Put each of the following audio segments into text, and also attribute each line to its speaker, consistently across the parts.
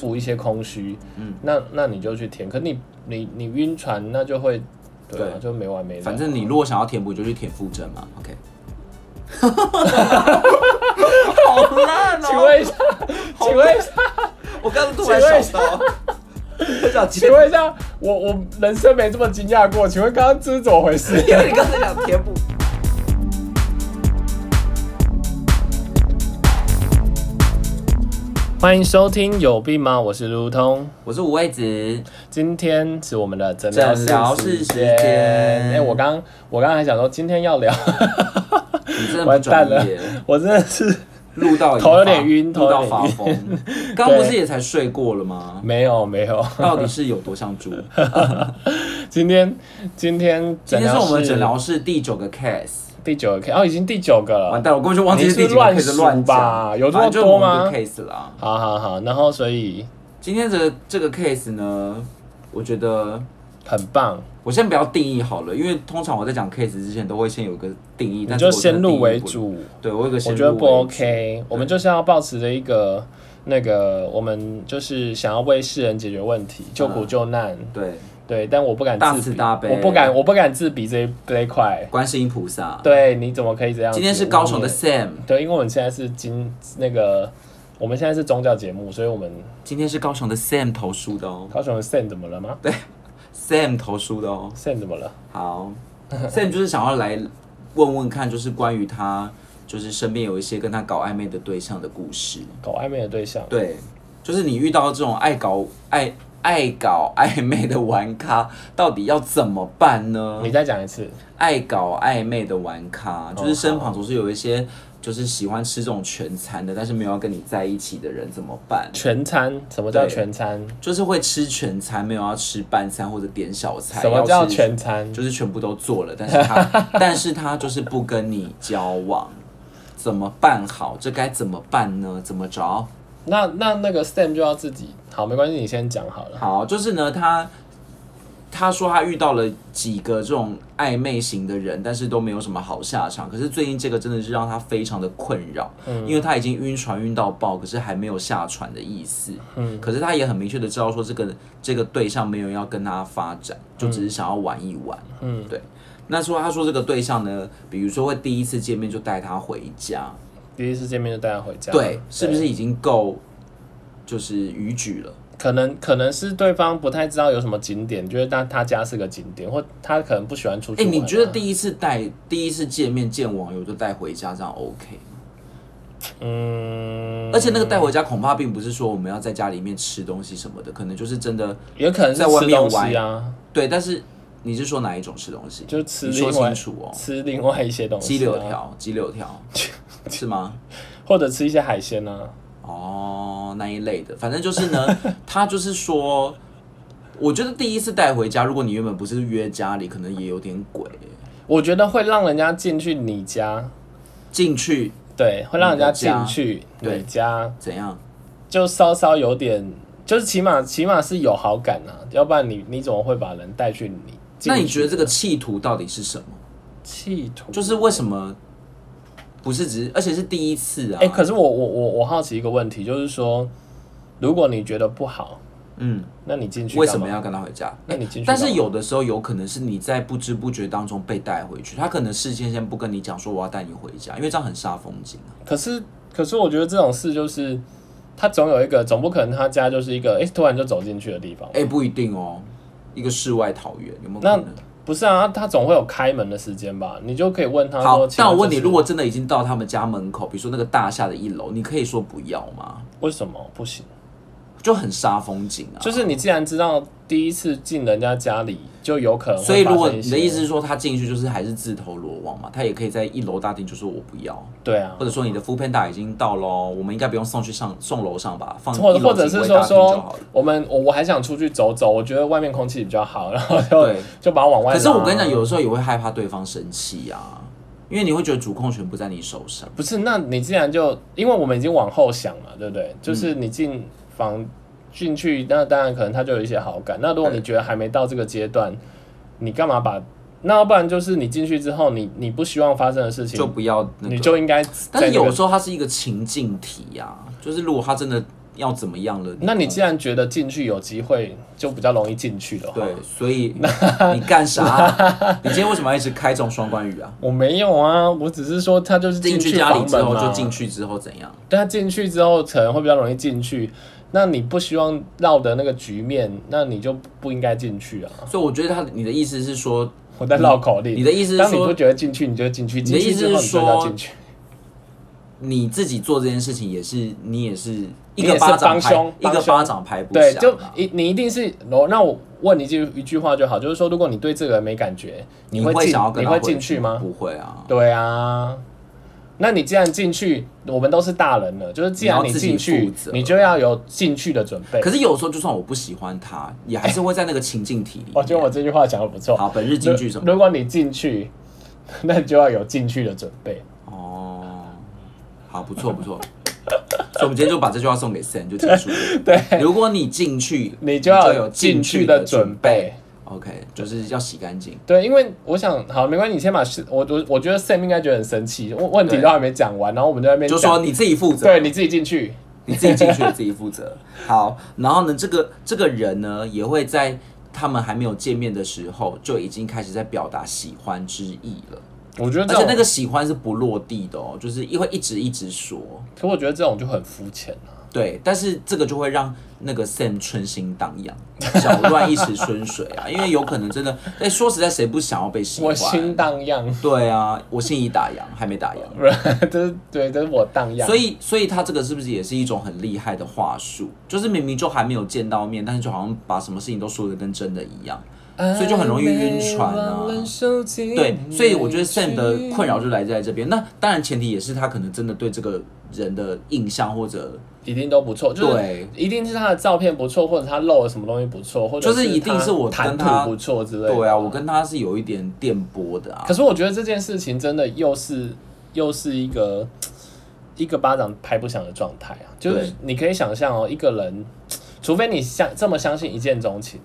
Speaker 1: 补一些空虚，
Speaker 2: 嗯，
Speaker 1: 那那你就去填。可你你你晕船，那就会对啊，
Speaker 2: 对
Speaker 1: 就没完没了。
Speaker 2: 反正你如果想要填补，就去填附证嘛。OK，好烂哦
Speaker 1: 请问一 下，请问一下，
Speaker 2: 我刚刚突
Speaker 1: 然想
Speaker 2: 到，很想
Speaker 1: 请问一下，我我人生没这么惊讶过。请问刚刚这是怎么回事？
Speaker 2: 因为你刚才讲填补。
Speaker 1: 欢迎收听有病吗？我是如通，
Speaker 2: 我是五味子，
Speaker 1: 今天是我们的诊
Speaker 2: 诊疗室时间
Speaker 1: 哎、我刚我刚刚还想说今天要聊，
Speaker 2: 你真的不
Speaker 1: 完蛋
Speaker 2: 专
Speaker 1: 了
Speaker 2: 业，
Speaker 1: 我真的是
Speaker 2: 录到已经
Speaker 1: 头有
Speaker 2: 发
Speaker 1: 点晕头
Speaker 2: 录到
Speaker 1: 有点
Speaker 2: 发
Speaker 1: 晕
Speaker 2: 疯。 刚不是也才睡过了吗？
Speaker 1: 没有没有。
Speaker 2: 到底是有多像 猪？
Speaker 1: 今天今天
Speaker 2: 今
Speaker 1: 诊
Speaker 2: 天
Speaker 1: 疗
Speaker 2: 是
Speaker 1: 室
Speaker 2: 我们诊疗室第九个 case，
Speaker 1: 第九个 K，哦，已经第九个了。
Speaker 2: 完蛋，我根本就忘记
Speaker 1: 你
Speaker 2: 第
Speaker 1: 是
Speaker 2: 几个 case
Speaker 1: 乱数
Speaker 2: 乱
Speaker 1: 吧
Speaker 2: 讲，
Speaker 1: 有这
Speaker 2: 反
Speaker 1: 么
Speaker 2: 正就
Speaker 1: 多吗
Speaker 2: 某一个 case 啦。
Speaker 1: 好好好，然后所以
Speaker 2: 今天这个这个 case 呢，我觉得
Speaker 1: 很棒，
Speaker 2: 我先不要定义好了，因为通常我在讲 case 之前都会先有个定义，
Speaker 1: 你
Speaker 2: 但是
Speaker 1: 就
Speaker 2: 我真的
Speaker 1: 先入
Speaker 2: 定义
Speaker 1: 为
Speaker 2: 不。
Speaker 1: 主，
Speaker 2: 对，我有个先
Speaker 1: 我觉
Speaker 2: 入
Speaker 1: 得不
Speaker 2: 为主
Speaker 1: OK。我们就是要保持着一个那个，我们就是想要为世人解决问题，救苦救难，
Speaker 2: 对，
Speaker 1: 对。但我不敢
Speaker 2: 嗯大
Speaker 1: 自
Speaker 2: 慈
Speaker 1: 比，
Speaker 2: 大悲
Speaker 1: 我不敢，我不敢自比这一这一块。
Speaker 2: 观世音菩萨。
Speaker 1: 对，你怎么可以这样子？
Speaker 2: 今天是高雄的
Speaker 1: 嗯我们
Speaker 2: Sam，
Speaker 1: 也，对，因为我们现在是今那个，我们现在是宗教节目，所以我们
Speaker 2: 今天是高雄的 Sam 投书的哦
Speaker 1: 高雄的 Sen 怎么了吗
Speaker 2: ，Sam 投书的哦。
Speaker 1: ？Sen 怎么了？
Speaker 2: 好，Sam 就是想要来问问看，就是关于他就是身边有一些跟他搞暧昧的对象的故事。
Speaker 1: 搞暧昧的对象，
Speaker 2: 对，就是你遇到这种爱搞爱爱搞暧昧的玩咖，到底要怎么办呢
Speaker 1: 你？再讲一次。
Speaker 2: 爱搞暧昧的玩咖，就是身
Speaker 1: 哦
Speaker 2: 旁总是有一些就是喜欢吃这种全餐的，但是没有要跟你在一起的人怎么办？
Speaker 1: 全餐，什么叫
Speaker 2: 对
Speaker 1: 全餐？
Speaker 2: 就是会吃全餐，没有要吃半餐或者点小菜。
Speaker 1: 什么
Speaker 2: 要
Speaker 1: 叫
Speaker 2: 吃
Speaker 1: 全餐？
Speaker 2: 就是全部都做了，但 是他但是他就是不跟你交往，怎么办好？这该怎么办呢？怎么着？
Speaker 1: 那那那个 Sam 就要自己好，没关系，你先讲好了。
Speaker 2: 好，就是呢，他他说他遇到了几个这种暧昧型的人，但是都没有什么好下场。可是最近这个真的是让他非常的困扰，因为他已经晕船晕到爆，可是还没有下船的意思。嗯，可是他也很明确的知道说这个这个对象没有要跟他发展，就只是想要玩一玩。
Speaker 1: 嗯，
Speaker 2: 对。那说他说这个对象呢，比如说会第一次见面就带他回家，
Speaker 1: 第一次见面就带他回家，
Speaker 2: 对，是不？是已经够就是逾矩了？
Speaker 1: 可能可能是对方不太知道有什么景点，觉得他他家是个景点，或他可能不喜欢出去
Speaker 2: 哎、
Speaker 1: 玩啊。
Speaker 2: 你觉得第一次带第一次见面见网友就带回家这样 OK 吗？
Speaker 1: 嗯，
Speaker 2: 而且那个带回家恐怕并不是说我们要在家里面吃东西什么的，可能就是真的
Speaker 1: 有可能是
Speaker 2: 在外
Speaker 1: 吃
Speaker 2: 面
Speaker 1: 东
Speaker 2: 玩
Speaker 1: 西啊，
Speaker 2: 对。但是你是说哪一种吃东西？
Speaker 1: 就吃
Speaker 2: 你说
Speaker 1: 另外
Speaker 2: 清楚哦。
Speaker 1: 吃另外一些东西、
Speaker 2: 鸡
Speaker 1: 啊，
Speaker 2: 柳，条，鸡柳 条是吗？
Speaker 1: 或者吃一些海鲜啊。
Speaker 2: 哦，那一类的，反正就是呢， 他就是说，我觉得第一次带回家，如果你原本不是约家里，可能也有点鬼
Speaker 1: 我觉得会让人家进去你家，
Speaker 2: 进去
Speaker 1: 对，会让人家进
Speaker 2: 你的家
Speaker 1: 去
Speaker 2: 对
Speaker 1: 你家，
Speaker 2: 怎样？
Speaker 1: 就稍稍有点，就是起码起码是有好感啊，要不然你你怎么会把人带去你？
Speaker 2: 那你觉得
Speaker 1: 进去
Speaker 2: 这个企图到底是什么？
Speaker 1: 企图
Speaker 2: 就是为什么不是只是，而且是第一次啊？
Speaker 1: 哎、可是我我我我好奇一个问题，就是说，如果你觉得不好，
Speaker 2: 嗯，
Speaker 1: 那你进去
Speaker 2: 为
Speaker 1: 干
Speaker 2: 什么
Speaker 1: 嘛？
Speaker 2: 要跟他回家？哎
Speaker 1: 那你进去干
Speaker 2: 但
Speaker 1: 嘛，
Speaker 2: 是有的时候有可能是你在不知不觉当中被带回去，他可能事先先不跟你讲说我要带你回家，因为这样很煞风景啊。
Speaker 1: 可是可是我觉得这种事就是，他总有一个，总不可能他家就是一个哎、突然就走进去的地方，
Speaker 2: 哎、不一定哦，一个世外桃源有没有
Speaker 1: 那
Speaker 2: 可能？
Speaker 1: 不是啊，他总会有开门的时间吧？你就可以问他
Speaker 2: 好
Speaker 1: 说，，请
Speaker 2: 那
Speaker 1: 问
Speaker 2: 我问
Speaker 1: 这
Speaker 2: 你，
Speaker 1: 是
Speaker 2: 如果真的已经到他们家门口，比如说那个大厦的一楼，你可以说不要吗？
Speaker 1: 为什么不行？
Speaker 2: 就很煞风景啊。
Speaker 1: 就是你既然知道第一次进人家家里就有可能会
Speaker 2: 所以，如果
Speaker 1: 发生一
Speaker 2: 你
Speaker 1: 些
Speaker 2: 的意思是说他进去就是还是自投罗网嘛，他也可以在一楼大厅就说我不要，
Speaker 1: 对啊
Speaker 2: 或，者说你的 f o o Panda 已经到喽，我们应该不用送去上送楼上吧，放
Speaker 1: 或
Speaker 2: 一楼
Speaker 1: 或者
Speaker 2: 警
Speaker 1: 是
Speaker 2: 卫
Speaker 1: 说
Speaker 2: 大厅就好
Speaker 1: 说
Speaker 2: 了。
Speaker 1: 我们我我还想出去走走，我觉得外面空气比较好，然后就
Speaker 2: 对，
Speaker 1: 就把我往外
Speaker 2: 可
Speaker 1: 拉。啊
Speaker 2: 是我跟你讲，有的时候也会害怕对方生气啊，因为你会觉得主控权不在你手上。
Speaker 1: 不是，那你既然就因为我们已经往后想嘛，对不对？
Speaker 2: 嗯
Speaker 1: 就是你进房进去，那当然可能他就有一些好感。那如果你觉得还没到这个阶段，你干嘛把？那要不然就是你进去之后，你你不希望发生的事情，
Speaker 2: 就不要那
Speaker 1: 你
Speaker 2: 个，
Speaker 1: 就应该在
Speaker 2: 但是
Speaker 1: 那个
Speaker 2: 有时候它是一个情境题呀、啊，就是如果他真的呃要怎么样了？
Speaker 1: 那你既然觉得进去有机会，就比较容易进去的话，
Speaker 2: 对，所以你干啥啊、 你今天为什么要一直开这种双关语啊？
Speaker 1: 我没有啊，我只是说他就是
Speaker 2: 进
Speaker 1: 去
Speaker 2: 去家里
Speaker 1: 房
Speaker 2: 之
Speaker 1: 门
Speaker 2: 后
Speaker 1: 嘛，
Speaker 2: 就进去之后怎样？
Speaker 1: 但他进去之后可能会比较容易进去。那你不希望闹的那个局面，那你就不应该进去啊！
Speaker 2: 所以我觉得他你的意思是说，
Speaker 1: 我在绕口令。
Speaker 2: 你的意思是
Speaker 1: 当你
Speaker 2: 说
Speaker 1: 不觉得进去，你就进去；
Speaker 2: 你的
Speaker 1: 进去
Speaker 2: 意思
Speaker 1: 之后，
Speaker 2: 是
Speaker 1: 你就要
Speaker 2: 说
Speaker 1: 进去。
Speaker 2: 你自己做这件事情也是你也是一
Speaker 1: 也
Speaker 2: 个
Speaker 1: 是
Speaker 2: 巴掌
Speaker 1: 帮
Speaker 2: 拍
Speaker 1: 凶
Speaker 2: 一个
Speaker 1: 帮
Speaker 2: 巴
Speaker 1: 凶
Speaker 2: 掌拍不
Speaker 1: 对，
Speaker 2: 响
Speaker 1: 就
Speaker 2: 啊
Speaker 1: 一你一定是我那我问你一句一句话就好，就是说，如果你对这个人没感觉，
Speaker 2: 你
Speaker 1: 会进
Speaker 2: 想要跟
Speaker 1: 你
Speaker 2: 他
Speaker 1: 会
Speaker 2: 回
Speaker 1: 进
Speaker 2: 去
Speaker 1: 去吗？
Speaker 2: 不会啊，
Speaker 1: 对啊，那你既然进去，我们都是大人了，就是既然
Speaker 2: 你要自己
Speaker 1: 进去
Speaker 2: 负，责
Speaker 1: 你就要有进去的准备
Speaker 2: 可。是有时候就算我不喜欢他，也还是会在那个情境体 里。
Speaker 1: 我哦觉得我这句话讲的不错。
Speaker 2: 好，本日金句什么？
Speaker 1: 如如果你进去， 那你就要有进去的准备。
Speaker 2: 哦，好，不错不错。所以我们今天就把这句话送给 Sam 就结 束了。
Speaker 1: 对，
Speaker 2: 如果你进去，
Speaker 1: 你就要有
Speaker 2: 有
Speaker 1: 进去
Speaker 2: 去
Speaker 1: 的准
Speaker 2: 准
Speaker 1: 备。。
Speaker 2: OK，就是要洗干净。
Speaker 1: 对，因为我想，好，没关系，你先把事，我我我觉得 Sam 应该觉得很生气，问问题
Speaker 2: 对
Speaker 1: 都还没讲完，然后我们就在那边
Speaker 2: 就
Speaker 1: 讲
Speaker 2: 说你自己负责，
Speaker 1: 对，你自己进去，
Speaker 2: 你自己进去，你自己负责。 好，然后呢，这个这个人呢，也会在他们还没有见面的时候，就已经开始在表达喜欢之意了。
Speaker 1: 我觉得这
Speaker 2: 而且
Speaker 1: 种，
Speaker 2: 那个喜欢是不落地的哦，就是会一直一直说。
Speaker 1: 可我觉得这种就很肤浅啊
Speaker 2: 对，但是这个就会让那个 Sam 春心荡漾，搅乱一池春水 啊，因为有可能真的，哎、说实在，谁不想要被喜
Speaker 1: 我
Speaker 2: 欢？
Speaker 1: 心荡漾，
Speaker 2: 对啊，我心已打烊，还没打烊。
Speaker 1: 不然 这是对，这是我荡漾。
Speaker 2: 所以，所以他这个是不是也是一种很厉害的话术？就是明明就还没有见到面，但是就好像把什么事情都说的跟真的一样。
Speaker 1: 啊
Speaker 2: 所以就很容易晕船啊对
Speaker 1: 对，
Speaker 2: 所以我觉得 Sam 的困扰就来在这边。那当然，前提也是他可能真的对这个人的印象或者
Speaker 1: 一定都不错，就是
Speaker 2: 对
Speaker 1: 一定是他的照片不错，或者他露了什么东西不错，或者
Speaker 2: 就是一定
Speaker 1: 他
Speaker 2: 是我跟
Speaker 1: 谈吐
Speaker 2: 他
Speaker 1: 不错之类的。
Speaker 2: 对啊，我跟他是有一点电波的啊
Speaker 1: 可。是我觉得这件事情真的又是又是一个一个巴掌拍不响的状态啊！就是
Speaker 2: 对
Speaker 1: 你可以想象哦，一个人，除非你相这么相信一见钟情，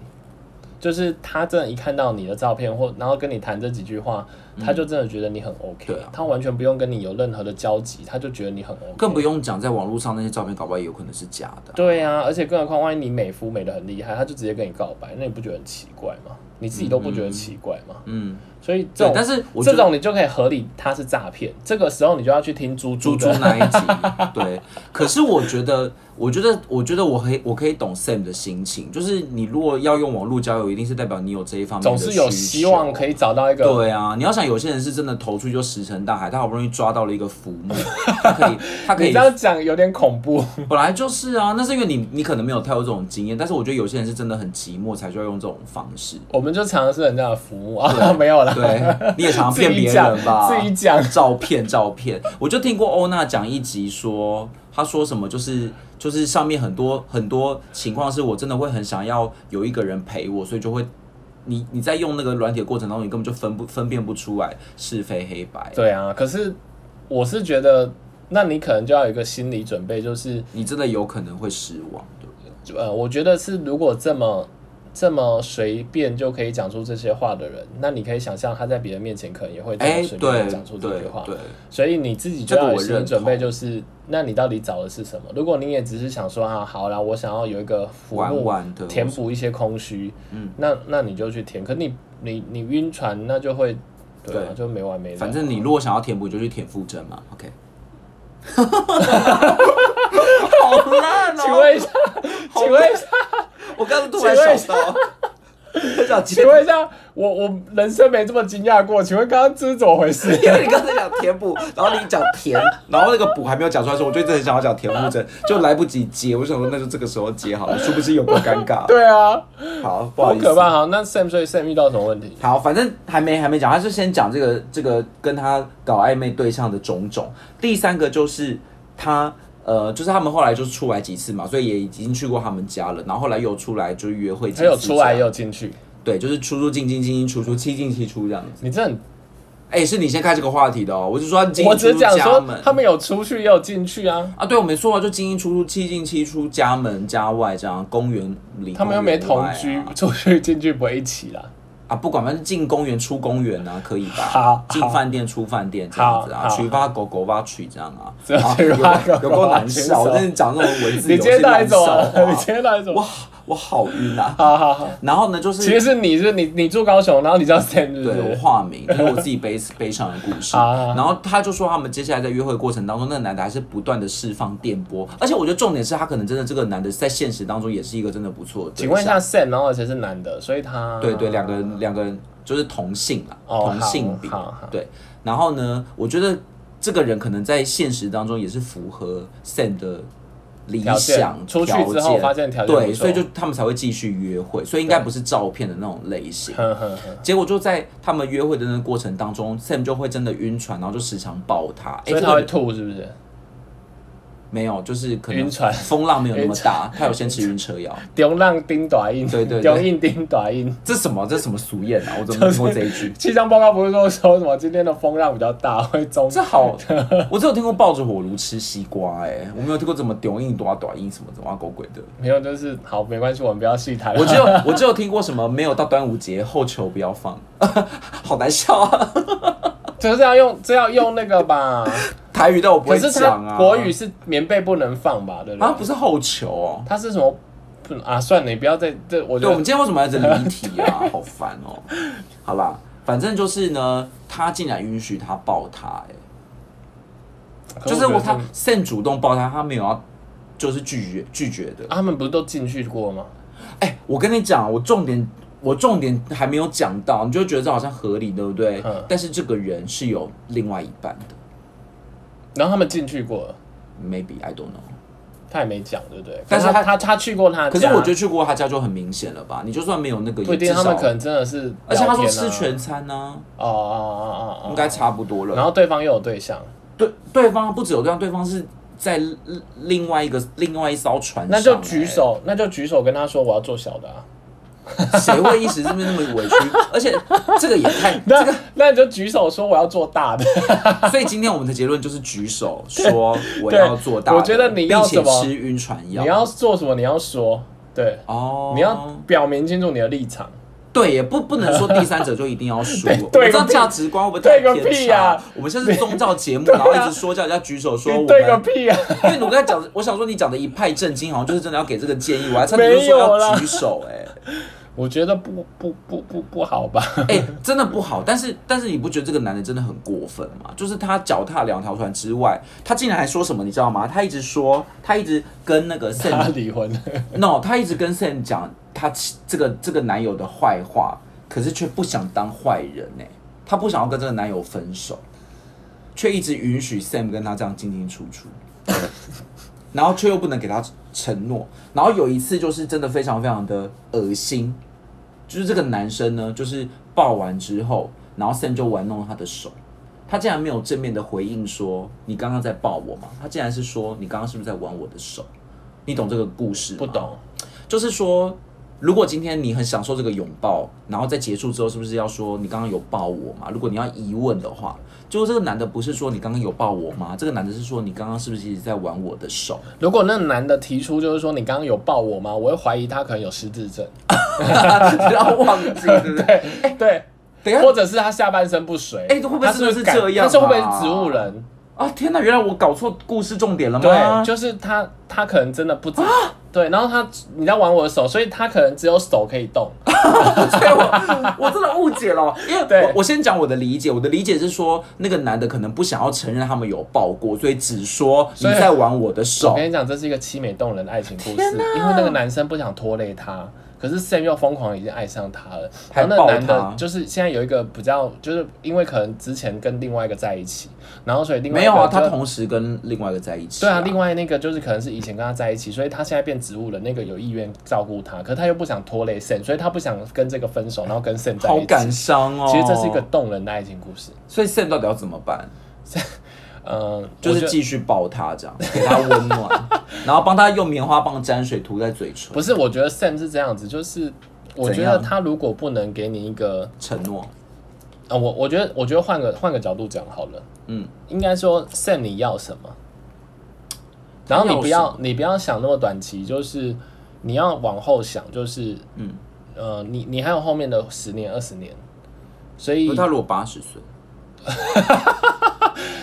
Speaker 1: 就是他真的一看到你的照片或然后跟你谈这几句话，他就真的觉得你很 OK，、
Speaker 2: 嗯对啊
Speaker 1: 他完全不用跟你有任何的交集，他就觉得你很 OK。
Speaker 2: 更不用讲，在网络上那些照片，搞不好也有可能是假的啊。
Speaker 1: 对啊，而且更何况，万一你美肤美的很厉害，他就直接跟你告白，那你不觉得很奇怪吗？你自己都不觉得奇怪吗？
Speaker 2: 嗯，
Speaker 1: 所以这
Speaker 2: 对
Speaker 1: 种，
Speaker 2: 但是我觉
Speaker 1: 这
Speaker 2: 得
Speaker 1: 种你就可以合理它是诈骗，这个时候你就要去听猪
Speaker 2: 猪
Speaker 1: 猪
Speaker 2: 猪
Speaker 1: 的。
Speaker 2: 那一集，对。可是我觉得，我觉得，我觉得我可以，我可以懂 Sam 的心情，就是你如果要用网络交友，一定是代表你有这一方面
Speaker 1: 总
Speaker 2: 的
Speaker 1: 是有
Speaker 2: 需
Speaker 1: 希
Speaker 2: 求
Speaker 1: 望可以找到一个，
Speaker 2: 对啊，你要想有些人是真的投出去就石沉大海，他好不容易抓到了一个浮木，他 可以，他可
Speaker 1: 你
Speaker 2: 以
Speaker 1: 这，样讲有点恐怖。
Speaker 2: 本来就是啊，那是因为你你可能没有太有这种经验，但是我觉得有些人是真的很寂寞才需要用这种方式。
Speaker 1: 我们就尝试人家的服务啊，没有啦，
Speaker 2: 对，你也常常骗
Speaker 1: 自己
Speaker 2: 别
Speaker 1: 讲
Speaker 2: 人吧？
Speaker 1: 自己讲
Speaker 2: 照片，照片。我就听过欧娜讲一集说，她说什么就是就是上面很多很多情况是我真的会很想要有一个人陪我，所以就会你你在用那个软体的过程当中，你根本就分不分辨不出来是非黑白，
Speaker 1: 对啊，可是我是觉得，那你可能就要有一个心理准备，就是
Speaker 2: 你真的有可能会失望，对不对？
Speaker 1: 呃，我觉得是如果这么这么随便就可以讲出这些话的人，那你可以想象他在别人面前可能也会这
Speaker 2: 哎、
Speaker 1: 么随
Speaker 2: 对
Speaker 1: 便讲出这
Speaker 2: 对
Speaker 1: 些话。啊
Speaker 2: 对，
Speaker 1: 所以你自己就
Speaker 2: 这个
Speaker 1: 要有
Speaker 2: 我
Speaker 1: 心理
Speaker 2: 认
Speaker 1: 准备，
Speaker 2: 同
Speaker 1: 就是那你到底找的是什么？如果你也只是想说啊，好啦，我想要有一个服
Speaker 2: 玩
Speaker 1: 务
Speaker 2: 玩的
Speaker 1: 填补一些空虚，
Speaker 2: 嗯，
Speaker 1: 那那你就去填。可你你你晕船，那就会对啊，
Speaker 2: 对
Speaker 1: 就没完没了。
Speaker 2: 反正你如果想要填补，你就去填附针嘛，OK。好烂哦
Speaker 1: 请问一下，请问一下，
Speaker 2: 我刚刚
Speaker 1: 突然想
Speaker 2: 到，很想
Speaker 1: 请问一下，我我人生没这么惊讶过，请问刚刚这是怎么回事？
Speaker 2: 因为你刚才讲填补，然后你讲填，然后那个补还没有讲出来的时候，我就一直很想要讲填补针，就来不及接。我想说那就这个时候接好了，殊不知有多尴尬。
Speaker 1: 对啊，
Speaker 2: 好，不好
Speaker 1: 好
Speaker 2: 意思，
Speaker 1: 可怕。好，那 Sam 所以 Sam 遇到什么问题？
Speaker 2: 好，反正还没还没讲，他是先讲这个这个跟他搞暧昧对象的种种。第三个就是他呃，就是他们后来就出来几次嘛，所以也已经去过他们家了，然后后来又出来就约会几
Speaker 1: 他
Speaker 2: 次这样，
Speaker 1: 有出来也有进去，
Speaker 2: 对，就是出出进进进进出出七进七出这样子。
Speaker 1: 你这很，
Speaker 2: 哎、是你先开这个话题的哦，我是说他进
Speaker 1: 我只是
Speaker 2: 进出出
Speaker 1: 讲
Speaker 2: 家
Speaker 1: 说
Speaker 2: 门
Speaker 1: 他们有出去也有进去啊，
Speaker 2: 啊，对，我没说啊，就进进出出七进七出家门家外这样，公园里
Speaker 1: 他们又没同居
Speaker 2: 公园外啊，
Speaker 1: 出去进去不会一起啦。
Speaker 2: 啊，不管，反正进公园出公园啊，可以吧？
Speaker 1: 好
Speaker 2: 进饭店出饭店这样子
Speaker 1: 好
Speaker 2: 啊，
Speaker 1: 好
Speaker 2: 娶吧狗狗吧娶这样啊，
Speaker 1: 只有去 Rago
Speaker 2: 有够难
Speaker 1: 牵
Speaker 2: 笑，
Speaker 1: 手
Speaker 2: 我真的讲那种文字
Speaker 1: 你
Speaker 2: 游
Speaker 1: 今
Speaker 2: 戏
Speaker 1: 天到底
Speaker 2: 烂
Speaker 1: 怎
Speaker 2: 笑
Speaker 1: 么了？你
Speaker 2: 话，
Speaker 1: 今天到底怎么
Speaker 2: 我
Speaker 1: 了？
Speaker 2: 我好晕啊！
Speaker 1: 好好好，
Speaker 2: 然后呢，就是
Speaker 1: 其实是你是你你住高雄，然后你叫 Sam 是不
Speaker 2: 对我
Speaker 1: 是？
Speaker 2: 化名，就是我自己悲悲伤的故事。
Speaker 1: 啊
Speaker 2: 然后他就说，他们接下来在约会过程当中，那个男的还是不断的释放电波，而且我觉得重点是他可能真的这个男的在现实当中也是一个真的不错的对
Speaker 1: 请问一
Speaker 2: 象
Speaker 1: 下 Sam，然后而且是男的，所以他
Speaker 2: 对对，两个人两个人就是同性啊，
Speaker 1: 哦
Speaker 2: 同性比
Speaker 1: 好好好
Speaker 2: 对。然后呢，我觉得这个人可能在现实当中也是符合 Sam 的理
Speaker 1: 条件
Speaker 2: 想
Speaker 1: 出去
Speaker 2: 条
Speaker 1: 之后
Speaker 2: 件
Speaker 1: 发现条件不
Speaker 2: 对，
Speaker 1: 错
Speaker 2: 所以就他们才会继续约会，所以应该
Speaker 1: 对
Speaker 2: 不是照片的那种类型。
Speaker 1: 呵呵呵，
Speaker 2: 结果就在他们约会的那个过程当中，Sam 就会真的晕船，然后就时常抱他。哎、
Speaker 1: 所以
Speaker 2: 这
Speaker 1: 他
Speaker 2: 个
Speaker 1: 会
Speaker 2: 人
Speaker 1: 吐是不是？
Speaker 2: 没有，就是可能
Speaker 1: 晕船
Speaker 2: 风浪没有那么大，他有先吃晕车药。
Speaker 1: 中浪丁短印，
Speaker 2: 对对对
Speaker 1: 中印丁短印。
Speaker 2: 这什么？这什么俗谚啊？我怎么没听过这一句？
Speaker 1: 气象报告不是说说什么今天的风浪比较大，会中
Speaker 2: 这好，我只有听过抱着火炉吃西瓜、哎，我没有听过怎么丢硬多短硬什么怎么啊狗鬼 的。
Speaker 1: 没有就是好没关系，我们不要细谈了。
Speaker 2: 我只有我只有听过什么没有到端午节后球不要放， 好难笑啊！
Speaker 1: 就是要用这要用那个 吧，
Speaker 2: 台语但我不
Speaker 1: 可
Speaker 2: 会
Speaker 1: 是
Speaker 2: 讲
Speaker 1: 他
Speaker 2: 啊。
Speaker 1: 国语是棉被不能放吧，对不对？
Speaker 2: 啊不是后球哦。
Speaker 1: 它是什么？不啊，算了，你不要再这，我
Speaker 2: 对，
Speaker 1: 觉得
Speaker 2: 我们今天为什么要这离题啊？ 好烦哦。好啦，反正就是呢，他竟然允许他抱他、哎，
Speaker 1: 可
Speaker 2: 就是
Speaker 1: 觉
Speaker 2: 我
Speaker 1: 得
Speaker 2: 他 Sam 主动抱他，他没有要就是拒绝拒绝的。
Speaker 1: 啊他们不是都进去过吗？
Speaker 2: 哎、我跟你讲，我重点我重点还没有讲到，你就觉得这好像合理，对不对？
Speaker 1: 嗯
Speaker 2: 但是这个人是有另外一半的
Speaker 1: 然后他们进去过了，
Speaker 2: ，maybe I don't know。
Speaker 1: 他也没讲，对不对？
Speaker 2: 但是
Speaker 1: 可
Speaker 2: 他
Speaker 1: 他他去过他家，
Speaker 2: 可是我觉得去过他家就很明显了吧？你就算没有那个，
Speaker 1: 啊不一
Speaker 2: 也
Speaker 1: 定，
Speaker 2: 至
Speaker 1: 他
Speaker 2: 少
Speaker 1: 们可能真的是聊天啊，
Speaker 2: 而且他说吃全餐呢、啊，
Speaker 1: 哦哦哦哦，
Speaker 2: 应该差不多了。
Speaker 1: 然后对方又有对象，
Speaker 2: 对对方不只有这样，对方是在另外一个另外一艘船上、
Speaker 1: 那就举手，那就举手跟他说我要做小的啊。
Speaker 2: 哎， 谁会一时这边那么 委屈？而且这个也太
Speaker 1: 那那你就举手说我要做大 的。
Speaker 2: 所以今天我们的结论就是举手说我
Speaker 1: 对
Speaker 2: 要做大的，
Speaker 1: 我觉得你要
Speaker 2: 并且
Speaker 1: 什么
Speaker 2: 吃晕船药，
Speaker 1: 你要做什么？你要说，对，
Speaker 2: 哦，
Speaker 1: 你要表明清楚你的立场。
Speaker 2: 对，也不不能说第三者就一定要输，我
Speaker 1: 对
Speaker 2: 知
Speaker 1: 个
Speaker 2: 道
Speaker 1: 屁啊
Speaker 2: 价值观会不会
Speaker 1: 对
Speaker 2: 太
Speaker 1: 个
Speaker 2: 偏
Speaker 1: 屁
Speaker 2: 差？
Speaker 1: 啊
Speaker 2: 我们现在是宗 教节目，然后一直说叫人家举手说我
Speaker 1: 你
Speaker 2: 们，
Speaker 1: 对个屁啊！
Speaker 2: 因为我刚才讲，我想说你讲的一派正经，好像就是真的要给这个建议，我还差点就说
Speaker 1: 没有
Speaker 2: 要
Speaker 1: 啦
Speaker 2: 举手、哎。
Speaker 1: 我觉得不不不不不好 吧？
Speaker 2: 哎、真的不好。但是，但是你不觉得这个男的真的很过分吗？就是他脚踏两条船之外，他竟然还说什么，你知道吗？他一直说，他一直跟那个
Speaker 1: 他
Speaker 2: Sam，no，
Speaker 1: 离婚了，
Speaker 2: 他一直跟 Sam 讲他其这个这个男友的坏话，可是却不想当坏人呢、他不想要跟这个男友分手，却一直允许 Sam 跟他这样进进出 出。然后却又不能给他承诺。然后有一次就是真的非常非常的恶心，就是这个男生呢，就是抱完之后，然后 Sam 就玩弄他的手，他竟然没有正面的回应说你刚刚在抱我吗？他竟然是说你刚刚是不是在玩我的手？你懂这个故事吗
Speaker 1: 不懂。
Speaker 2: 就是说，如果今天你很享受这个拥抱，然后在结束之后，是不是要说你刚刚有抱我嘛？如果你要疑问的话，就这个男的不是说你刚刚有抱我吗？这个男的是说你刚刚是不是一直在玩我的手？
Speaker 1: 如果那男的提出就是说你刚刚有抱我吗？我会怀疑他可能有失智症，
Speaker 2: 不要忘记，对不对？
Speaker 1: 对，
Speaker 2: 等一下
Speaker 1: 或者是他下半身不遂。
Speaker 2: 哎哎会不会
Speaker 1: 他
Speaker 2: 真的
Speaker 1: 是
Speaker 2: 是
Speaker 1: 感
Speaker 2: 这样
Speaker 1: 他是会不会
Speaker 2: 啊
Speaker 1: 是植物人？
Speaker 2: 啊！天哪，原来我搞错故事重点了吗？
Speaker 1: 对，就是他，他可能真的不知道。
Speaker 2: 啊
Speaker 1: 对，然后他你在玩我的手，所以他可能只有手可以动。
Speaker 2: 对我我真的误解了，因为
Speaker 1: 对
Speaker 2: 我我先讲我的理解，我的理解是说那个男的可能不想要承认他们有抱过，所以只说你
Speaker 1: 所以
Speaker 2: 在玩我的手
Speaker 1: 我。跟你讲，这是一个凄美动人的爱情故事，因为那个男生不想拖累她，可是 Sam 又疯狂地已经爱上她了，
Speaker 2: 还
Speaker 1: 然后那个男
Speaker 2: 抱
Speaker 1: 的
Speaker 2: 她
Speaker 1: 就是现在有一个比较，就是因为可能之前跟另外一个在一起，然后所以另外
Speaker 2: 没
Speaker 1: 一个
Speaker 2: 有啊，
Speaker 1: 就
Speaker 2: 他同时跟另外一个在一起。
Speaker 1: 对啊，另外那个就是可能是以前跟他在一起，所以他现在变植物人，那个有意愿照顾他，可是他又不想拖累 Sam，所以他不想跟这个分手，然后跟 Sam 在
Speaker 2: 好
Speaker 1: 一
Speaker 2: 感
Speaker 1: 起。
Speaker 2: 伤哦。
Speaker 1: 其实这是一个，动人的爱情故事，
Speaker 2: 所以 Sam 到底要怎么办？
Speaker 1: 嗯，
Speaker 2: 就
Speaker 1: 我
Speaker 2: 是
Speaker 1: 觉得
Speaker 2: 继续抱他这样， 给他温暖， 然后帮他用棉花棒沾水涂在嘴唇，
Speaker 1: 不是，我觉得 Sam 是这样子，就是我觉
Speaker 2: 怎
Speaker 1: 得
Speaker 2: 样
Speaker 1: 他如果不能给你一个
Speaker 2: 承诺。
Speaker 1: 啊，我我觉得，我觉得换个换个角度讲好了，
Speaker 2: 嗯，
Speaker 1: 应该说 Sam 你要什么，然后你不
Speaker 2: 他要
Speaker 1: 要你不要想那么短期，就是你要往后想，就是
Speaker 2: 嗯，
Speaker 1: 呃，你你还有后面的十年二十年，所以
Speaker 2: 不是他如果八十岁，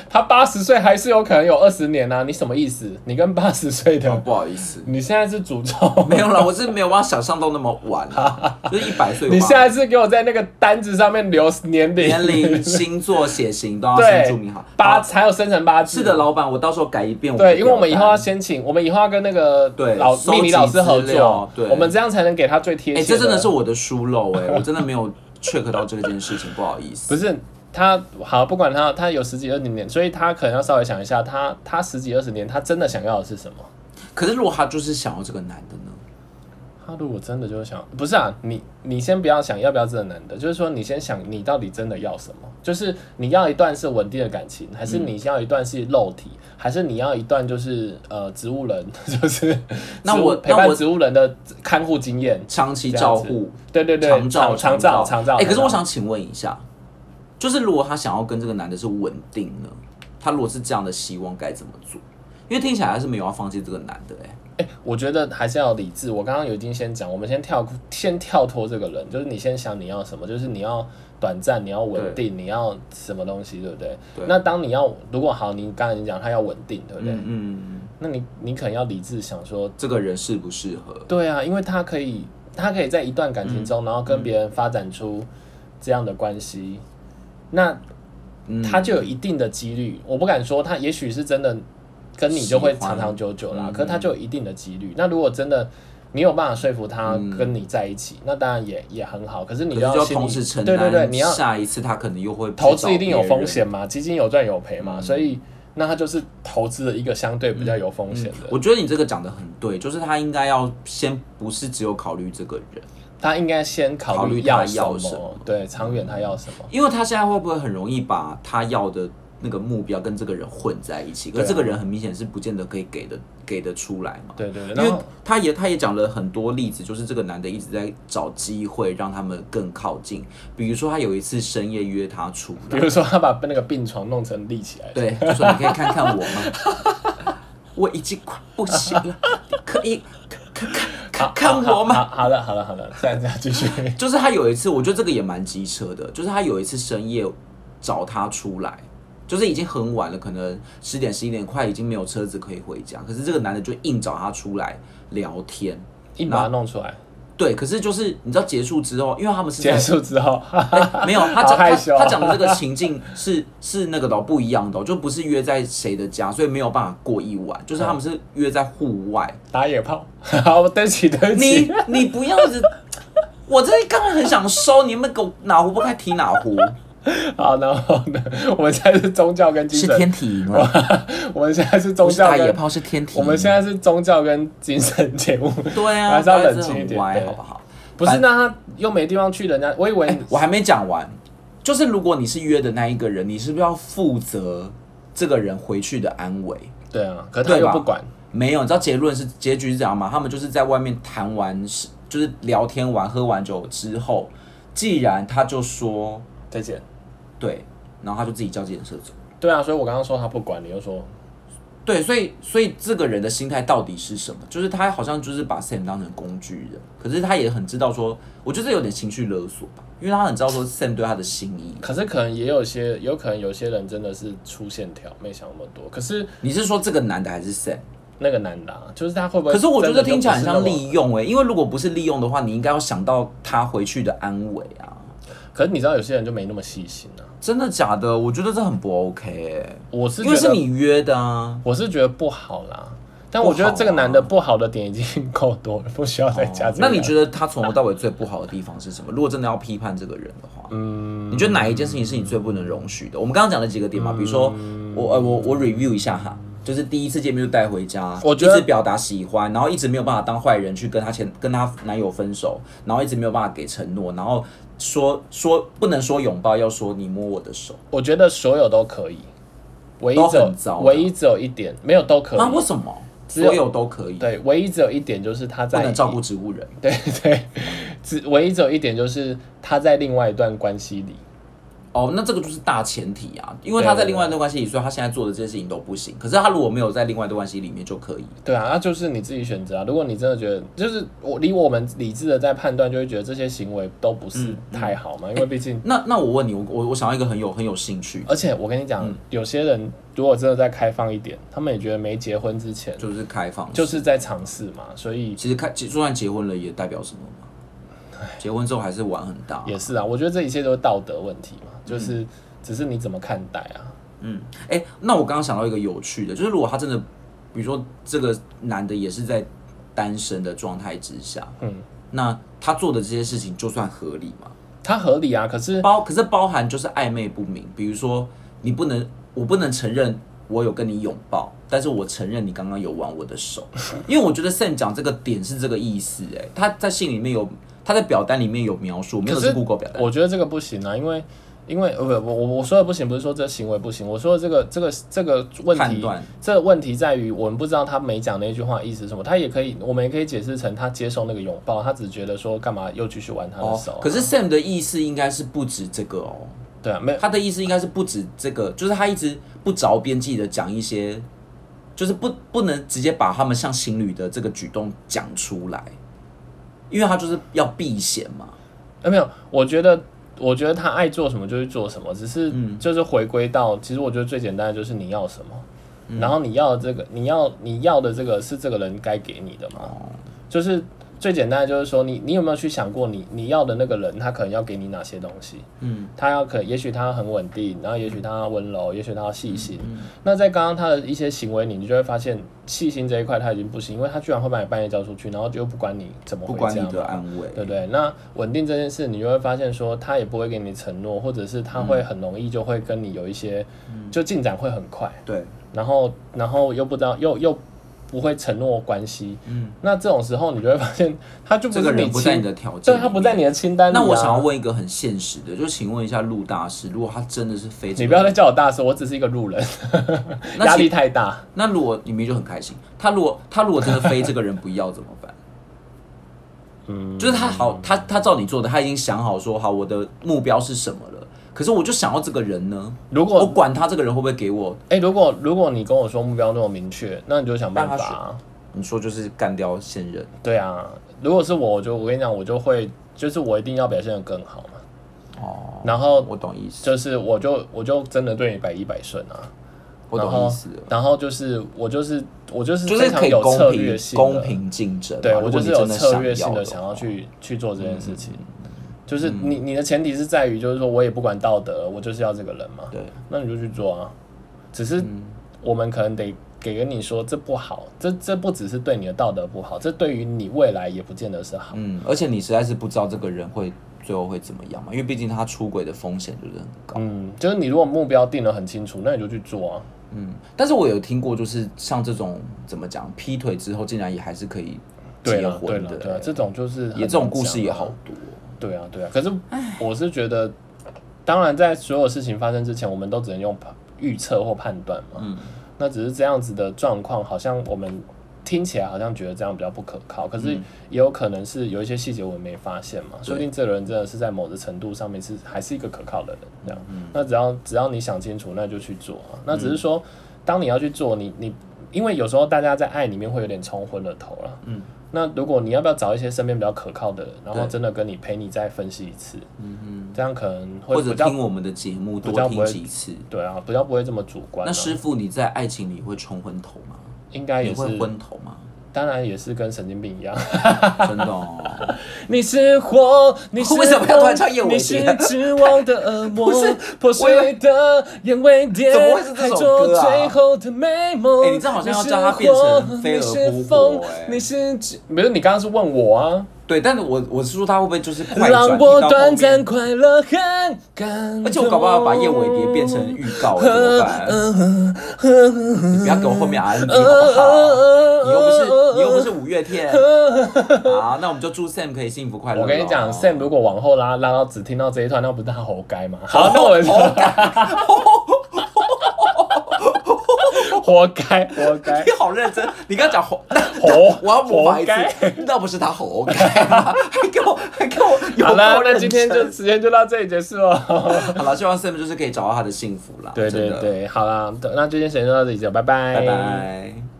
Speaker 1: 他八十岁还是有可能有二十年啊，你什么意思？你跟八十岁的，
Speaker 2: 哦不好意思，
Speaker 1: 你现在是诅咒，
Speaker 2: 没有啦，我是没有办法想象到那么晚啊，就是一百岁 吧。
Speaker 1: 你下一次给我在那个单子上面留年龄，
Speaker 2: 年龄、星座、血型都要先注
Speaker 1: 对
Speaker 2: 明好。，
Speaker 1: 八
Speaker 2: 好
Speaker 1: 才有生辰八字。
Speaker 2: 是的，老板，我到时候改一遍我的表
Speaker 1: 对，
Speaker 2: 单。
Speaker 1: 因为我们以后
Speaker 2: 哎
Speaker 1: 要先请，我们以后要跟那个
Speaker 2: 对
Speaker 1: 老
Speaker 2: 收集
Speaker 1: 命理老师合
Speaker 2: 资料
Speaker 1: 作，
Speaker 2: 对
Speaker 1: 我们这样才能给他最贴
Speaker 2: 哎、
Speaker 1: 切。
Speaker 2: 这真的是我的疏漏 哎、我真的没有 check 到这件事情，不好意思。
Speaker 1: 不是他好，不管他他有十几二十年，所以他可能要稍微想一下，他他十几二十年，他真的想要的是什么？
Speaker 2: 可是如果他就是想要这个男的呢？
Speaker 1: 他如果真的就是想，不是啊，你你先不要想要不要这个男的，就是说你先想你到底真的要什么，就是你要一段是稳定的感情，还是
Speaker 2: 嗯
Speaker 1: 你要一段是肉体，还是你要一段就是呃植物人， 就是
Speaker 2: 那
Speaker 1: 植物
Speaker 2: 我
Speaker 1: 陪
Speaker 2: 那
Speaker 1: 伴
Speaker 2: 我
Speaker 1: 植物人的看护经验，
Speaker 2: 长期
Speaker 1: 这样
Speaker 2: 照
Speaker 1: 子
Speaker 2: 护，
Speaker 1: 对对对，
Speaker 2: 长
Speaker 1: 长
Speaker 2: 照，
Speaker 1: 长照长照。
Speaker 2: 哎、可是
Speaker 1: 长
Speaker 2: 我
Speaker 1: 照
Speaker 2: 想请问一下，就是如果他想要跟这个男的是稳定呢？他如果是这样的希望该怎么做？因为听起来他是没有要放弃这个男的哎、
Speaker 1: 哎、我觉得还是要理智。我刚刚有已经先讲，我们先跳先跳脱这个人，就是你先想你要什么，就是你要短暂，你要稳定，你要什么东西，对不对？
Speaker 2: 对
Speaker 1: 那当你要如果好，你刚才已经讲他要稳定，对不对？
Speaker 2: 嗯嗯，
Speaker 1: 那你你可能要理智想说，
Speaker 2: 这个人适不适合？
Speaker 1: 对啊，因为他可以他可以在一段感情
Speaker 2: 嗯
Speaker 1: 中，然后跟别人发展出这样的关系，那
Speaker 2: 嗯，
Speaker 1: 他就有一定的几率，我不敢说他也许是真的跟你就会长长久久
Speaker 2: 喜
Speaker 1: 啦，
Speaker 2: 欢
Speaker 1: 可是他就有一定的几率。那如果真的你有办法说服他
Speaker 2: 嗯
Speaker 1: 跟你在一起，那当然也也很好。可是
Speaker 2: 可
Speaker 1: 你
Speaker 2: 是
Speaker 1: 要
Speaker 2: 就要
Speaker 1: 心里
Speaker 2: 同时承
Speaker 1: 对对对，
Speaker 2: 担
Speaker 1: 你要
Speaker 2: 下一次他可能又会
Speaker 1: 投
Speaker 2: 去找
Speaker 1: 资一定有
Speaker 2: 别人嗯
Speaker 1: 风险嘛，基金有赚有赔嘛，所以那他就是投资了一个相对比较有风险的，
Speaker 2: 我觉得你这个讲的很对，就是他应该要先不是只有考虑这个人，
Speaker 1: 他应该先
Speaker 2: 考
Speaker 1: 虑
Speaker 2: 虑他
Speaker 1: 什
Speaker 2: 要什么
Speaker 1: 对，长远他要什么。
Speaker 2: 因为他现在会不会很容易把他要的那个目标跟这个人混在一起？可
Speaker 1: 对啊
Speaker 2: 是这个人很明显是不见得可以给的给得出来嘛。
Speaker 1: 对对对，
Speaker 2: 因
Speaker 1: 然
Speaker 2: 为
Speaker 1: 后
Speaker 2: 他也他也讲了很多例子，就是这个男的一直在找机会让他们更靠近，比如说他有一次深夜约他出
Speaker 1: 比
Speaker 2: 来，
Speaker 1: 如说他把那个病床弄成立起来，
Speaker 2: 对，就说你可以看看我吗？ 我已经快不行了，你可以看看看看我吗？
Speaker 1: 好？好好了好了好了，现在继续。
Speaker 2: 就是他有一次，我觉得这个也蛮机车的，就是他有一次深夜找他出来，就是已经很晚了，可能十点十一点快已经没有车子可以回家，可是这个男的就硬找他出来聊天。
Speaker 1: 硬把它弄出来。
Speaker 2: 对，可是就是你知道结束之后，因为他们是在
Speaker 1: 结束之后，
Speaker 2: 没有他
Speaker 1: 好
Speaker 2: 讲
Speaker 1: 害
Speaker 2: 他
Speaker 1: 羞
Speaker 2: 他讲的这个情境是是那个的哦不一样的哦、就不是约在谁的家，所以没有办法过一晚，就是他们是约在户外。
Speaker 1: 打野炮。 好，对不起，对不
Speaker 2: 你
Speaker 1: 起。
Speaker 2: 你不要一直，我这刚刚很想收，你们给我哪壶不开提哪壶，
Speaker 1: 好，然后呢？ 我们现在是宗教跟精
Speaker 2: 是
Speaker 1: 神，
Speaker 2: 天体吗？
Speaker 1: 我们现在是宗
Speaker 2: 不是
Speaker 1: 教
Speaker 2: 打野
Speaker 1: 跟
Speaker 2: 炮，是天体。
Speaker 1: 我们现在是宗教跟精神节 目，
Speaker 2: 对啊，
Speaker 1: 还是要
Speaker 2: 大家
Speaker 1: 冷静一
Speaker 2: 很
Speaker 1: 点
Speaker 2: 歪
Speaker 1: 对
Speaker 2: 好不好？
Speaker 1: 不是？那他又没地方去，人家我以为
Speaker 2: 哎，我还没讲完，就是如果你是约的那一个人，你是不是要负责这个人回去的安危？
Speaker 1: 对啊，可他
Speaker 2: 对
Speaker 1: 又
Speaker 2: 吧
Speaker 1: 不管，
Speaker 2: 没有，你知道结论是结局是怎样吗？他们就是在外面谈完事，就是聊天完、喝完酒之后，既然他就说
Speaker 1: 再见。
Speaker 2: 对，然后他就自己叫自行车走。
Speaker 1: 对啊，所以我刚刚说他不管，你又说
Speaker 2: 对，所以所以这个人的心态到底是什么？就是他好像就是把 Sam 当成工具人，可是他也很知道说，我觉得这有点情绪勒索吧，因为他很知道说 Sam 对他的心意。
Speaker 1: 可是可能也有些，有可能有些人真的是出线条，没想那么多。可是
Speaker 2: 你是说这个男的还是 Sam？
Speaker 1: 那个男的、啊，就是他会不会
Speaker 2: 可
Speaker 1: 真
Speaker 2: 是
Speaker 1: 的就
Speaker 2: 我
Speaker 1: 不是
Speaker 2: 觉
Speaker 1: 那么？
Speaker 2: 得听起来很像利用哎、因为如果不是利用的话，你应该要想到他回去的安危啊。
Speaker 1: 可是你知道，有些人就没那么细心啊。
Speaker 2: 真的假的？我觉得这很不 OK 哎、
Speaker 1: 我是
Speaker 2: 因为
Speaker 1: 觉
Speaker 2: 是
Speaker 1: 得
Speaker 2: 你约的啊。
Speaker 1: 我是觉得不好啦，但
Speaker 2: 不
Speaker 1: 我觉得
Speaker 2: 好
Speaker 1: 这个
Speaker 2: 啊
Speaker 1: 男的不好的点已经够多了，不需要再 加
Speaker 2: 哦
Speaker 1: 这个。
Speaker 2: 那你觉得他从头到尾最不好的地方是什么？如果真的要批判这个人的话，嗯，你觉得哪一件事情是你最不能容许的？我们刚刚讲了几个
Speaker 1: 嗯
Speaker 2: 点嘛，比如说我呃我我 review 一下哈，就是第一次见面就带回家，
Speaker 1: 我觉得
Speaker 2: 一直表达喜欢，然后一直没有办法当坏人去跟他前跟他男友分手，然后一直没有办法给承诺，然后说说不能说拥抱，要说你摸我的手
Speaker 1: 我觉得所有都可以，唯一
Speaker 2: 都
Speaker 1: 只有
Speaker 2: 很糟啊
Speaker 1: 唯一只有一点没有都可
Speaker 2: 啊？为
Speaker 1: 以，
Speaker 2: 什么？
Speaker 1: 只有
Speaker 2: 所有都可以，
Speaker 1: 对，唯一只有一点就是他
Speaker 2: 不
Speaker 1: 在
Speaker 2: 能照 顾植物人。
Speaker 1: 对对，只唯一只有一点就是他在另外一段关系里，
Speaker 2: 哦，那这个就是大前提啊，因为他在另外一段关系里，所以他现在做的这些事情都不行。可是他如果没有在另外一段关系里面就可以，
Speaker 1: 对啊，那就是你自己选择啊。如果你真的觉得，就是我离我们理智的在判断，就会觉得这些行为都不
Speaker 2: 嗯
Speaker 1: 是太好嘛，因为毕竟，
Speaker 2: 那那我问你，我我我想要一个很有很有兴趣，
Speaker 1: 而且我跟你讲，
Speaker 2: 嗯
Speaker 1: 有些人如果真的再开放一点，他们也觉得没结婚之前
Speaker 2: 就是开放式，
Speaker 1: 就是在尝试嘛，所以
Speaker 2: 其实开其实就算结婚了也代表什么吗？结婚之后还是玩很大啊、
Speaker 1: 也是啊。我觉得这一切都是道德问题嘛，就是只是你怎么看待啊。
Speaker 2: 嗯，哎、那我刚刚想到一个有趣的，就是如果他真的，比如说这个男的也是在单身的状态之下，
Speaker 1: 嗯，
Speaker 2: 那他做的这些事情就算合理吗？
Speaker 1: 它合理啊，可是
Speaker 2: 包可是包含就是暧昧不明，比如说你不能，我不能承认我有跟你拥抱，但是我承认你刚刚有挽我的 手，因为我觉得 Sam 讲这个点是这个意思、哎，他在信里面有，他在表单里面有描述，没有
Speaker 1: 可是
Speaker 2: 是 Google 表单，
Speaker 1: 我觉得这个不行啊，因为因为呃不我我我说的不行，不是说这行为不行，我说的这个这个这个问
Speaker 2: 判
Speaker 1: 题，
Speaker 2: 断
Speaker 1: 这个问题在于我们不知道他没讲那句话的意思是什么，他也可以我们也可以解释成他接受那个拥抱，他只觉得说干嘛又继续玩他的
Speaker 2: 哦
Speaker 1: 手啊、，
Speaker 2: 可是 Sam 的意思应该是不止这个哦。
Speaker 1: 对啊，没有
Speaker 2: 他的意思应该是不止这个，就是他一直不着边际的讲一些，就是不不能直接把他们像情侣的这个举动讲出来，因为他就是要避嫌嘛。
Speaker 1: 呃没有，我觉得。我觉得他爱做什么就去做什么，只是
Speaker 2: 嗯
Speaker 1: 就是回归到，其实我觉得最简单的就是你要什么，
Speaker 2: 嗯
Speaker 1: 然后你要的这个，你要你要的这个是这个人该给你的吗？
Speaker 2: 哦
Speaker 1: 就是最简单的就是说你，你有没有去想过你你要的那个人，他可能要给你哪些东西？
Speaker 2: 嗯，
Speaker 1: 他要可，也许他很稳定，然后也许他温柔，也许他
Speaker 2: 嗯
Speaker 1: 细心。那在刚刚他的一些行为里，你就会发现细心这一块他已经不行，因为他居然会把你半夜叫出去，然后就不管你怎么
Speaker 2: 不
Speaker 1: 回
Speaker 2: 管
Speaker 1: 家
Speaker 2: 你
Speaker 1: 嘛
Speaker 2: 的安慰，
Speaker 1: 对不对？那稳定这件事，你就会发现说，他也不会给你承诺，或者是他会很容易就会跟你有一些，
Speaker 2: 嗯
Speaker 1: 就进展会很快。
Speaker 2: 对，
Speaker 1: 然后然后又不知道又又不会承诺关系，嗯，那这种时候你就会发现他就不
Speaker 2: 这个
Speaker 1: 是
Speaker 2: 人不在
Speaker 1: 清，
Speaker 2: 你的条件，
Speaker 1: 对，他不在你。的清单里、啊。
Speaker 2: 那我想要，问一个很现实的，就请问一下陆大师，如果他真的是非这
Speaker 1: 你
Speaker 2: 个
Speaker 1: 不要再叫我大师，我只是一个路人，
Speaker 2: 那
Speaker 1: 压
Speaker 2: 请
Speaker 1: 力太大。
Speaker 2: 那如果你明明就很开心，他如果他如果真的非这个人不要怎么办？
Speaker 1: 嗯，
Speaker 2: 就是他好，他他照你做的，他已经想好说好我的目标是什么了。可是我就想要这个人呢，
Speaker 1: 如
Speaker 2: 我
Speaker 1: 果
Speaker 2: 管他这个人会不会给我，
Speaker 1: 哎、如果如果你跟我说目标那么明确，那你就想办法、啊。
Speaker 2: 你说就是干掉现任
Speaker 1: 对啊，如果是我，我就我跟你讲，我就会就是我一定要表现得更好嘛。
Speaker 2: 哦，
Speaker 1: 然后
Speaker 2: 我懂意思，
Speaker 1: 就是我就我就真的对你百依百顺啊。
Speaker 2: 我懂意思了，
Speaker 1: 然后就是我就是我就是
Speaker 2: 就
Speaker 1: 非
Speaker 2: 是
Speaker 1: 常
Speaker 2: 可以
Speaker 1: 有
Speaker 2: 公
Speaker 1: 策略
Speaker 2: 平
Speaker 1: 性的
Speaker 2: 公平竞争嘛，
Speaker 1: 对
Speaker 2: 如
Speaker 1: 我
Speaker 2: 果
Speaker 1: 就
Speaker 2: 你
Speaker 1: 是有
Speaker 2: 真的
Speaker 1: 策略性的
Speaker 2: 的话嗯
Speaker 1: 想要，去去做这件事情。就是你你的前提是在于，就是说我也不管道德，我就是要这个人嘛，
Speaker 2: 对，
Speaker 1: 那你就去做啊。只是
Speaker 2: 嗯
Speaker 1: 我们可能得给跟你说，这不好，这这不只是对你的道德不好，这对于你未来也不见得是好。
Speaker 2: 嗯，而且你实在是不知道这个人会最后会怎么样嘛，因为毕竟他出轨的风险就是很高。
Speaker 1: 嗯，就是你如果目标定得很清楚，那你就去做啊。
Speaker 2: 嗯，但是我有听过，就是像这种怎么讲，劈腿之后竟然也还是可以
Speaker 1: 对
Speaker 2: 结
Speaker 1: 啊，对
Speaker 2: 婚
Speaker 1: 啊，
Speaker 2: 的，
Speaker 1: 对啊，这种就是很
Speaker 2: 也这种
Speaker 1: 难
Speaker 2: 故
Speaker 1: 讲
Speaker 2: 事也
Speaker 1: 啊
Speaker 2: 好多。
Speaker 1: 对啊，对啊。可是我是觉得，当然在所有事情发生之前，我们都只能用判预测或判断嘛。
Speaker 2: 嗯
Speaker 1: 那只是这样子的状况，好像我们听起来好像觉得这样比较不可靠，可
Speaker 2: 嗯
Speaker 1: 是也有可能是有一些细节我们没发现嘛。说不定这个人真的是在某个程度上面是还是一个可靠的人，这样。
Speaker 2: 嗯
Speaker 1: 那只要只要你想清楚，那就去做啊。那只是说，当你要去做，你你因为有时候大家在爱里面会有点冲昏了头了。
Speaker 2: 嗯。
Speaker 1: 那如果你要不要找一些身边比较可靠的人，然后
Speaker 2: 对
Speaker 1: 真的跟你陪你再分析一次，
Speaker 2: 嗯哼，
Speaker 1: 这样可能会
Speaker 2: 或
Speaker 1: 比
Speaker 2: 者
Speaker 1: 较
Speaker 2: 听我们的节目
Speaker 1: 比较不
Speaker 2: 多听
Speaker 1: 会
Speaker 2: 几次。
Speaker 1: 对啊，比较不会这么主观、啊
Speaker 2: 那。师傅，你在爱情里会冲昏头吗？
Speaker 1: 应该 也
Speaker 2: 你会
Speaker 1: 是，
Speaker 2: 昏头吗？
Speaker 1: 当然也是跟神经病一 样。
Speaker 2: 真的、哦，
Speaker 1: 你是火，你是
Speaker 2: 为什么要突然唱叶
Speaker 1: 风
Speaker 2: 伟
Speaker 1: 你
Speaker 2: 杰
Speaker 1: 是指望的恶魔
Speaker 2: 不是，
Speaker 1: 破碎的眼为蝶，
Speaker 2: 怎么会是这
Speaker 1: 还
Speaker 2: 首
Speaker 1: 做
Speaker 2: 歌啊
Speaker 1: 最后的美梦。
Speaker 2: 哎你这好像要
Speaker 1: 是
Speaker 2: 叫它变成
Speaker 1: 火
Speaker 2: 飞
Speaker 1: 你
Speaker 2: 蛾
Speaker 1: 是
Speaker 2: 扑火
Speaker 1: 风
Speaker 2: 哎
Speaker 1: 你是指没有？你刚刚是问我啊？
Speaker 2: 对，但是我我是说他会不会就是快转
Speaker 1: 让我
Speaker 2: 听到后
Speaker 1: 短暂
Speaker 2: 面，
Speaker 1: 快乐很感动。
Speaker 2: 而且我搞不好把叶伟蝶变成预告了，怎么办？你不要给我后面 R N B 好不好？你又不是 你又不是五 月天啊，那我们就祝 Sam 可以幸福快乐咯。
Speaker 1: 我跟你讲，Sam 如果往后拉拉到只听到这一段，那不是他活该吗？好
Speaker 2: 好，，
Speaker 1: 那我们
Speaker 2: 好感
Speaker 1: 活该，活该
Speaker 2: 你，好认真，你刚刚讲活，
Speaker 1: 活
Speaker 2: 我要模仿
Speaker 1: 活
Speaker 2: 一
Speaker 1: 该。
Speaker 2: 次，那不是他活该吗？还给我还给我有
Speaker 1: 好啦
Speaker 2: 够，
Speaker 1: 那
Speaker 2: 认
Speaker 1: 今天
Speaker 2: 真
Speaker 1: 就时间就到这里结束了。
Speaker 2: 好了，希望 Sam 就是可以找到他的幸福啦。
Speaker 1: 对
Speaker 2: 真
Speaker 1: 对
Speaker 2: 的，
Speaker 1: 对，好啦，那今天时间就到这里结束，拜拜，
Speaker 2: 拜拜。